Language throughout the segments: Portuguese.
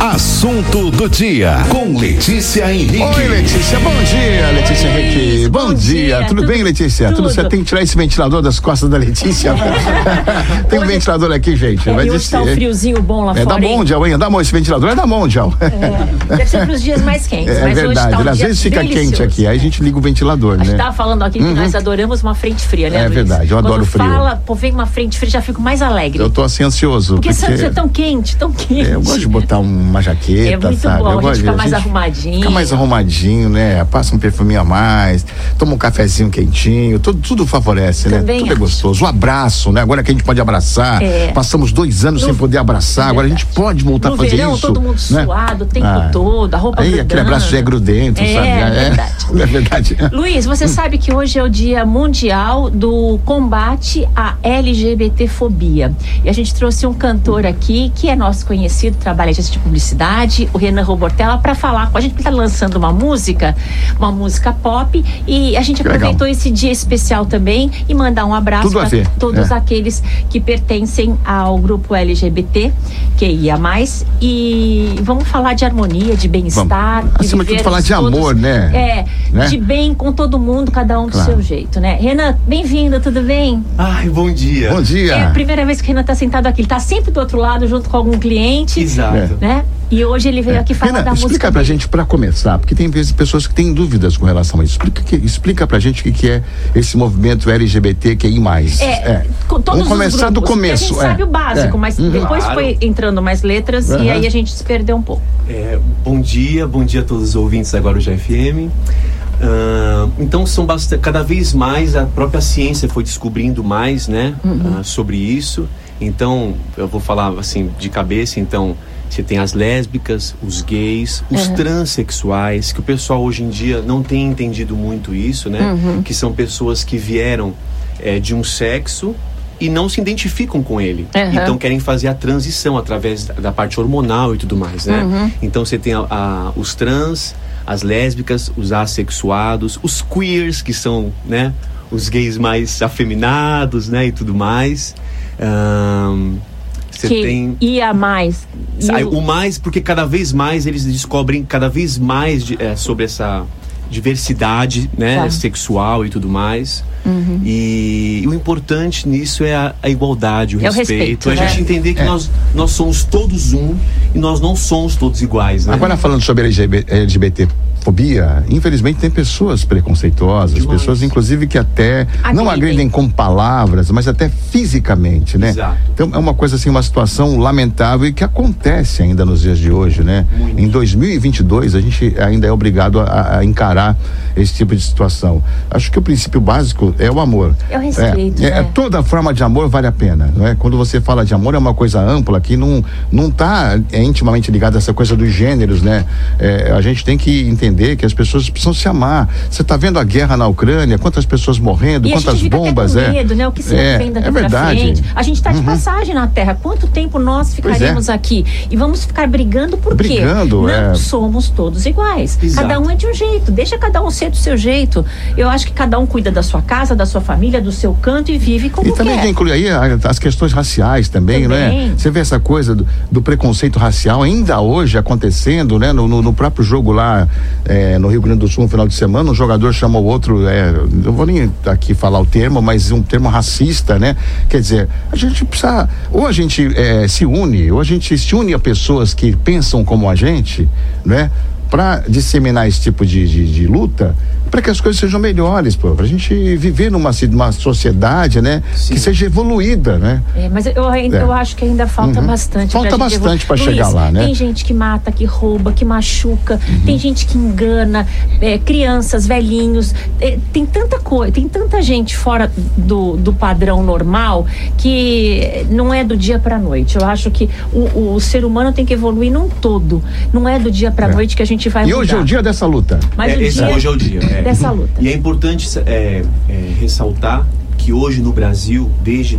assunto do dia, com Letícia Henrique. Oi, Letícia. Bom dia, Letícia Oi, Henrique. Bom, bom dia. dia. Tudo, Tudo- bem, Letícia? Tudo, tudo. certo? Tem que tirar esse ventilador das costas da Letícia. Tem um Hoje- ventilador aqui, gente. É, Vai e hoje tá um descer. friozinho bom lá É fora. da hein? Mondial, hein? É da Mondial. Esse ventilador é da Mondial. Deve ser pros dias mais quentes. É, mas verdade. Hoje tá um Às dia vezes fica quente delicioso. aqui. Aí a gente liga o ventilador, A gente né? tava falando aqui que tá nós adoramos uma frente fria, né? É Luiz? verdade, eu adoro Quando frio. fala, pô, vem uma frente fria, já fico mais alegre. Eu tô assim ansioso. porque Santos é tão quente, tão quente. É, eu gosto de botar uma jaqueta, É muito sabe? bom, eu a gente gosto fica de- mais arrumadinho. Fica mais arrumadinho, né? Passa um perfuminho a mais, toma um cafezinho quentinho, tudo, tudo favorece, né? Também Tudo é acho. gostoso. O abraço, né? Agora que a gente pode abraçar. É. Passamos dois anos sem poder abraçar, agora a gente pode voltar no a fazer verão, tá isso. todo mundo né? suado o tempo Ah. todo, a roupa Aí aquele grudando. abraço já é grudento, É, sabe? é verdade. É verdade. Luiz, você sabe que hoje é o Dia Mundial do Combate à LGBTfobia. E a gente trouxe um cantor aqui, que é nosso conhecido, trabalha em agência de publicidade, o Renan Robortella, para falar com a gente, porque ele está lançando uma música, uma música pop. E a gente Que legal. aproveitou esse dia especial também e mandar um abraço Tudo a para ver, todos é. aqueles que pertencem ao grupo LGBT, que ia mais. E vamos falar de harmonia, de bem-estar. de Acima de tudo, vivermos falar de todos- amor, né? É, Né? de bem com todo mundo, cada um Claro. do seu jeito, né? Renan, bem-vindo, tudo bem? Ai, bom dia. Bom dia. É a primeira vez que o Renan tá sentado aqui. Ele tá sempre do outro lado, junto com algum cliente, Exato. né? E hoje ele veio aqui falar É. Renan, da explica música. pra dele. gente pra começar, porque tem vezes pessoas que têm dúvidas com relação a isso. Explica, que, explica pra gente o que, que é esse movimento LGBTQI+. É, com todos Vamos começar os do grupos, começo. porque A gente é. sabe o básico, É. mas Uhum. depois Claro. foi entrando mais letras Uhum. e aí a gente se perdeu um pouco. É, bom dia, bom dia a todos os ouvintes agora do GFM. Ah, então são bastante, cada vez mais a própria ciência foi descobrindo mais, né, ah, sobre isso. Então eu vou falar assim de cabeça. Então você tem as lésbicas, os gays, os transexuais, que o pessoal hoje em dia não tem entendido muito isso, né? Que são pessoas que vieram eh, de um sexo e não se identificam com ele. Uhum. Então querem fazer a transição através da- da parte hormonal e tudo mais, né? Então você tem a- a- os trans, as lésbicas, os assexuados, os queers, que são, né, os gays mais afeminados, né, e tudo mais. Ahn, você que tem. ia mais. E Aí, o- o mais, porque cada vez mais eles descobrem cada vez mais de- é, sobre essa diversidade né, Tá. Uhum. sexual e tudo mais. E, o importante nisso é a, a igualdade, o É o respeito. respeito, a né? gente entender que É. nós, nós somos todos um e nós não somos todos iguais. Né? Agora falando sobre LGBT, LGBTfobia, infelizmente tem pessoas preconceituosas, Demais. pessoas inclusive que até não Agridem. agridem com palavras, mas até fisicamente, né? Exato. Então é uma coisa assim, uma situação lamentável e que acontece ainda nos dias de hoje, né? Muito. Em 2022 a gente ainda é obrigado a, a encarar esse tipo de situação. Acho que o princípio básico é o amor. É o respeito, É, é, né? toda forma de amor vale a pena, não é? Quando você fala de amor é uma coisa ampla que não não tá é, intimamente ligada a essa coisa dos gêneros, né? É, a gente tem que entender que as pessoas precisam se amar. Você tá vendo a guerra na Ucrânia, quantas pessoas morrendo, E a quantas gente fica bombas, até com é? medo, né? O que se é, vem daqui é pra verdade. Uhum. frente. A gente tá de passagem na Terra. Quanto tempo nós é. ficaremos aqui? E vamos ficar brigando por Brigando, quê? é. Não somos todos iguais. Exato. Cada um é de um jeito. Deixa cada um ser do seu jeito. Eu acho que cada um cuida da sua casa, da sua família, do seu canto e vive como E também quer. tem que incluir aí a- as questões raciais também, né? Também. Você vê essa coisa do, do preconceito racial ainda hoje acontecendo, né? No, no- no próprio jogo lá eh, no Rio Grande do Sul, no final de semana, um jogador chamou o outro, eh, não vou nem aqui falar o termo, mas um termo racista, né? Quer dizer, a gente precisa, ou a gente eh, se une, ou a gente se une a pessoas que pensam como a gente, né? Para disseminar esse tipo de, de- de luta, para que as coisas sejam melhores, pô, pra gente viver numa, ci- numa sociedade, né? Que Sim. seja evoluída, né? É, mas eu, ai- É. eu acho que ainda falta Uhum. bastante. Falta pra gente bastante evoluir. pra chegar Luiz, lá, né? Uhum. Tem gente que mata, que rouba, que machuca, tem gente que engana, é, crianças, velhinhos. é, tem tanta coisa, tem tanta gente fora do, do padrão normal que não é do dia pra noite. Eu acho que o, o ser humano tem que evoluir num todo. Não é do dia pra noite que a gente vai E hoje é mudar. o dia dessa luta. Mas É, o esse dia hoje é o dia. é. dessa luta. E é importante é, é, ressaltar que que hoje no Brasil, desde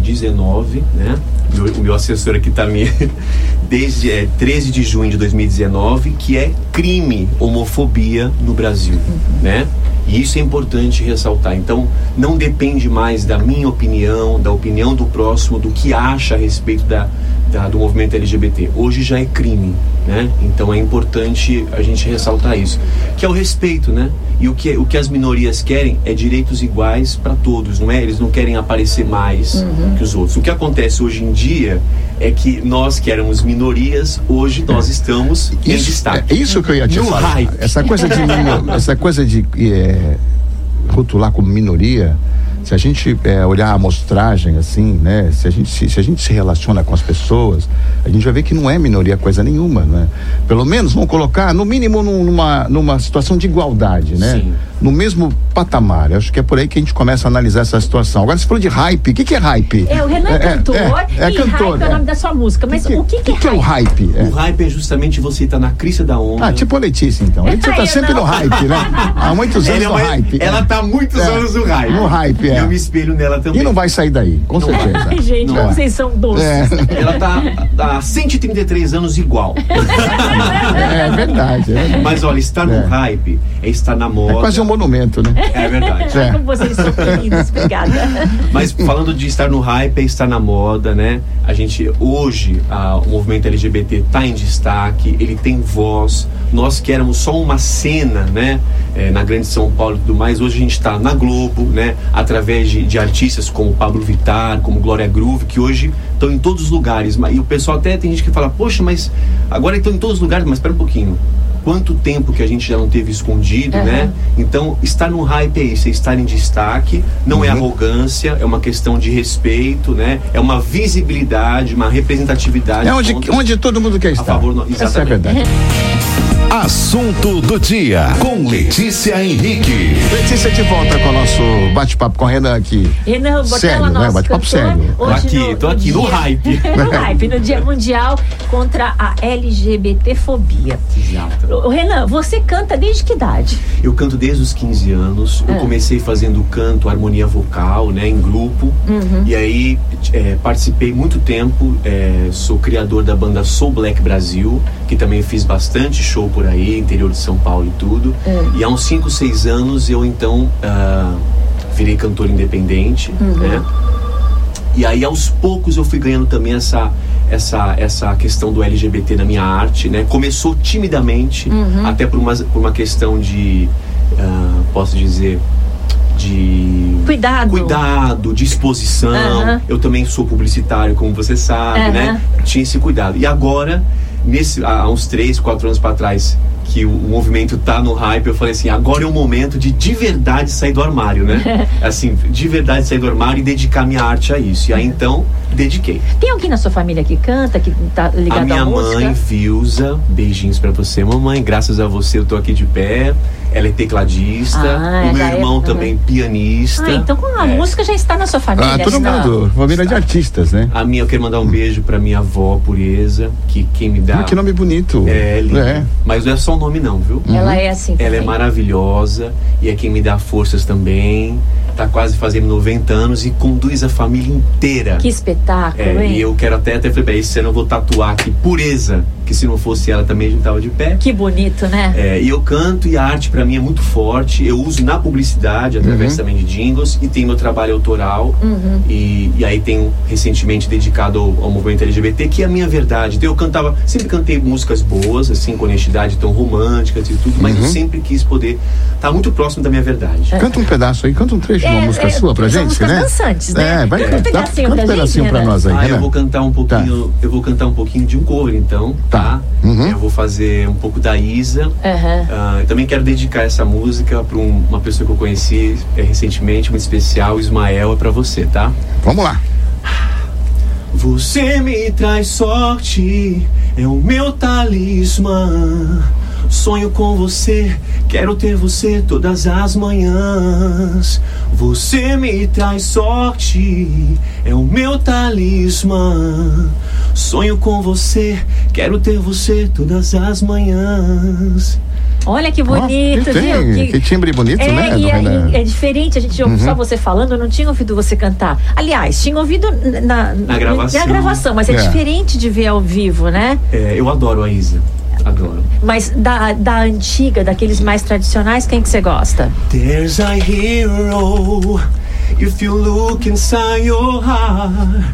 2019, né? Meu, o meu assessor aqui tá me. Desde é, 13 de junho de 2019, que é crime homofobia no Brasil, né? E isso é importante ressaltar. Então, não depende mais da minha opinião, da opinião do próximo, do que acha a respeito da, da- tá, do movimento LGBT. Hoje já é crime, né? Então é importante a gente ressaltar isso, que é o respeito, né? E o que, o que as minorias querem é direitos iguais para todos, não é? Eles não querem aparecer mais Uhum. que os outros. O que acontece hoje em dia é que nós que éramos minorias, hoje nós estamos em É. Isso, é destaque. isso que eu ia te No falar. hype. Essa coisa de, minor- essa coisa de eh, rotular como minoria, se a gente eh, olhar a amostragem assim, né? Se a, gente, se, se a gente se relaciona com as pessoas, a gente vai ver que não é minoria coisa nenhuma, né? Pelo menos vão colocar, no mínimo, num- numa, numa situação de igualdade, né? Sim. No mesmo patamar. Eu Acho que é por aí que a gente começa a analisar essa situação. Agora, você falou de hype. O que, que é hype? É, o Renan é, cantor é, é e cantor. Hype é o é. nome da sua música. Mas o que, que, é o hype? É. O hype é justamente você estar na crista da onda. Ah, tipo a Letícia, então. A Letícia tá Ai, eu sempre Hum. não. no hype, né? Há muitos anos Ela, é no uma- hype. ela né? tá há muitos É. anos no hype. No hype, E é. eu me espelho nela também. E não vai sair daí, com certeza. Ai, gente, Não como é. vocês são doces. É, Ela tá há 133 anos igual. é verdade. É, verdade. Mas olha, estar no É. hype é estar na É moda. quase um monumento, né? É verdade. É. Como Tá vocês são queridos, obrigada. Mas falando de estar no hype, é estar na moda, né? A gente, hoje, a- o movimento LGBT tá em destaque, ele tem voz. Nós que éramos só uma cena, né? eh, na Grande São Paulo e tudo mais, hoje a gente tá na Globo, né? Através de, de artistas como Pablo Vittar, como Glória Groove, que hoje estão em todos os lugares. Mas- E o pessoal até tem gente que fala, poxa, mas agora estão em todos os lugares, mas espera um pouquinho. Quanto tempo que a gente já não teve escondido, né? Então, estar no hype é isso, é estar em destaque, não Uhum. é arrogância, é uma questão de respeito, né? É uma visibilidade, uma representatividade. É onde, Ponto. onde todo mundo quer estar. favor, não- Essa é a exatamente. verdade. Assunto do dia com Letícia Henrique. Letícia, de volta com o nosso bate-papo com o Renan aqui. Renan Botella, Sério, nosso né? Bate-papo cantor, sério. Tô hoje aqui, tô aqui, no dia- hype. no hype, no Dia Mundial contra a LGBTfobia. Exato. Ô, Renan, você canta desde que idade? Eu canto desde os 15 anos. Eu comecei fazendo canto, harmonia vocal, né, em grupo. E aí é, participei muito tempo. é, sou criador da banda Soul Black Brasil, que também fiz bastante show por aí, interior de São Paulo e tudo. E há uns 5, 6 anos eu então ah, virei cantor independente, né? E aí aos poucos eu fui ganhando também essa essa essa questão do LGBT na minha arte, né? Começou timidamente, até por uma por uma questão de ah, posso dizer de Cuidado. cuidado, de exposição. Aham. Eu também sou publicitário, como você sabe, Aham. né? Tinha esse cuidado. E agora, nesse, há uns três, quatro anos pra trás, que o, o movimento tá no hype, eu falei assim: agora é o momento de de verdade sair do armário, né? assim, de verdade sair do armário e dedicar minha arte a isso. E aí então, dediquei. Tem alguém na sua família que canta, que tá ligado a minha à música? mãe, Vilza, beijinhos pra você, mamãe. Graças a você eu tô aqui de pé. Ela é tecladista. Ah, o meu já é- irmão uhum. também pianista. Ah, então a É. música já está na sua família. Ah, todo Renan. mundo. Família de artistas, né? A minha, eu quero mandar um beijo pra minha avó Pureza, que quem me dá. Ah, Que nome bonito. É, lindo. É. Uhum. Mas não é só o nome, não, viu? Ela é assim. Ela é também. maravilhosa e é quem me dá forças também. Tá quase fazendo 90 anos e conduz a família inteira. Que espetáculo, é, hein? e eu quero até até falei, peraí, esse ano eu vou tatuar aqui Pureza, que se não fosse ela também a gente tava de pé. Que bonito, né? É, e eu canto e a arte pra mim é muito forte. Eu uso na publicidade, através também de jingles, e tem meu trabalho autoral. E, e aí tenho recentemente dedicado ao, ao movimento LGBT, que é a minha verdade. Então eu cantava, sempre cantei músicas boas, assim, com honestidade, tão românticas e tudo, mas eu sempre quis poder estar muito próximo da minha verdade. Canta um pedaço aí, canta um trecho de uma É, música é, sua pra são gente, músicas né? dançantes, né? É, vai Canta um cantar. pedacinho Canta um pra pedacinho gente, pra Renan. nós aí, Ah, eu Renan. vou cantar um pouquinho, eu vou cantar um pouquinho de um cover então, Tá. tá? Uhum. Eu vou fazer um pouco da Isa. Aham. Ah, eu também quero dedicar essa música para uma pessoa que eu conheci é, recentemente, muito especial, Ismael, é para você, tá? Vamos lá. Você me traz sorte, é o meu talismã. Sonho com você, quero ter você todas as manhãs. Você me traz sorte, é o meu talismã. Sonho com você, quero ter você todas as manhãs. Olha que bonito, que viu? tem, que timbre bonito, é, né, E, do Renan? Uhum. e é diferente, a gente ouve só você falando, eu não tinha ouvido você cantar. Aliás, tinha ouvido na, Na gravação. na gravação, mas é, É. diferente de ver ao vivo, né? É, Eh, eu adoro a Isa. Adoro. Mas da, da antiga, daqueles mais tradicionais, quem que você gosta? There's a hero. If you look inside your heart,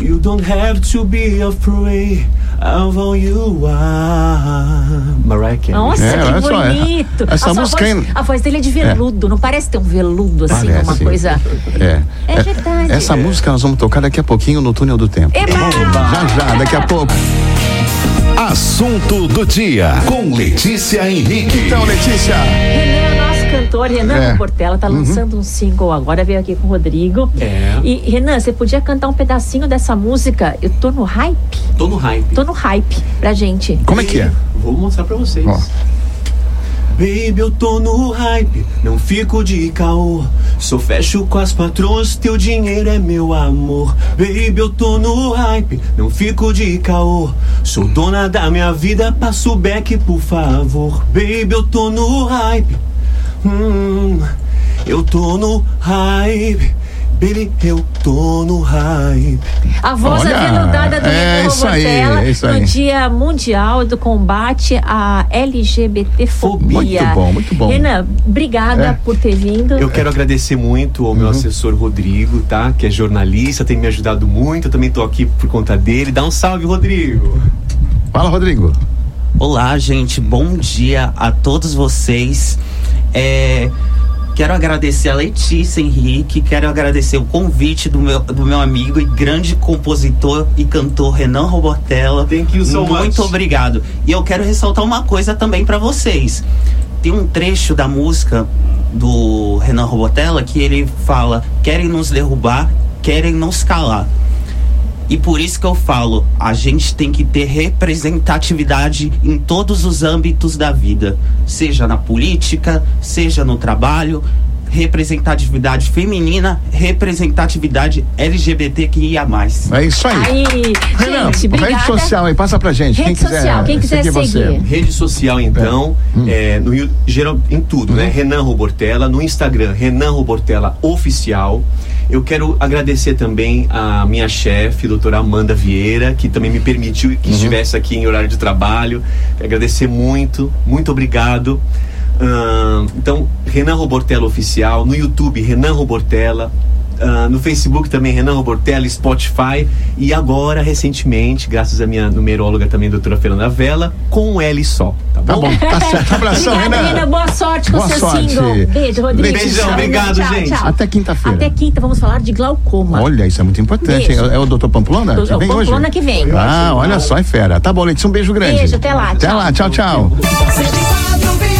you don't have to be afraid of all you are. Mariah Carey. Nossa, É, olha que só, é. bonito! Essa a, sua música voz, aí- a voz dele é de veludo, não parece ter um veludo assim, Parece. uma coisa. É. É verdade. Essa É música nós vamos tocar daqui a pouquinho no Túnel do Tempo. Eba! Já, já, daqui a pouco. Assunto do dia com Letícia Henrique. Então, Letícia. Renan, é nosso cantor, Renan É. Portela, tá lançando um single agora, veio aqui com o Rodrigo. É. E, Renan, você podia cantar um pedacinho dessa música? Eu tô no hype. Tô no hype. Tô no hype pra gente. Como é que é? Vou mostrar pra vocês. Ó. Baby, eu tô no hype, não fico de caô. Sou fecho com as patrões, teu dinheiro é meu amor. Baby, eu tô no hype, não fico de caô. Sou dona da minha vida, passa o back, por favor. Baby, eu tô no hype. Hum, eu tô no hype. Baby, eu tô no hype. A voz Olha, aveludada do é Renan isso aí, Portela é isso no aí. Dia Mundial do Combate à LGBTfobia. Muito bom, muito bom. Renan, obrigada É. por ter vindo. Eu quero agradecer muito ao meu assessor Rodrigo, tá? Que é jornalista, tem me ajudado muito. Eu também tô aqui por conta dele. Dá um salve, Rodrigo. Fala, Rodrigo. Olá, gente. Bom dia a todos vocês. É, quero agradecer a Letícia Henrique, quero agradecer o convite do meu, do meu amigo e grande compositor e cantor Renan Robotella. Thank you so much. Muito obrigado. E eu quero ressaltar uma coisa também para vocês. Tem um trecho da música do Renan Robotella que ele fala: "Querem nos derrubar, querem nos calar". E por isso que eu falo, a gente tem que ter representatividade em todos os âmbitos da vida, seja na política, seja no trabalho, representatividade feminina, representatividade LGBTQIA+. É isso aí. Aí, Renan, gente, obrigada. rede social aí, passa pra gente. quem Rede quiser, social, quem quiser seguir você. seguir. Rede social, então, é, no Yu- geral, em tudo, né? Renan Robortella, no Instagram, Renan Robortella Oficial. Eu quero agradecer também a minha chefe, doutora Amanda Vieira, que também me permitiu que estivesse aqui em horário de trabalho. Agradecer muito, muito obrigado. Ahn, então, Renan Robortella Oficial, no YouTube, Renan Robortella. Ah, no Facebook também, Renan Robortelli, Spotify. E agora, recentemente, graças à minha numeróloga também, doutora Fernanda Vela, com um L só. Tá bom? Tá bom, tá certo. Abração, Obrigada, Renan. Renan. Boa sorte com o Boa seu sorte. single. Beijo, Rodrigo. Beijão, obrigado, tchau, gente. Tchau. Até quinta-feira. Até quinta, vamos falar de glaucoma. Olha, isso é muito importante. hein? Beijo. É o doutor Pamplona? que Doutor vem hoje? Pamplona que vem. Ah, olha só, é fera. Tá bom, Letícia, um beijo grande. Beijo, até lá, Até tchau. lá, tchau, tchau. Sempre sabe ouvir.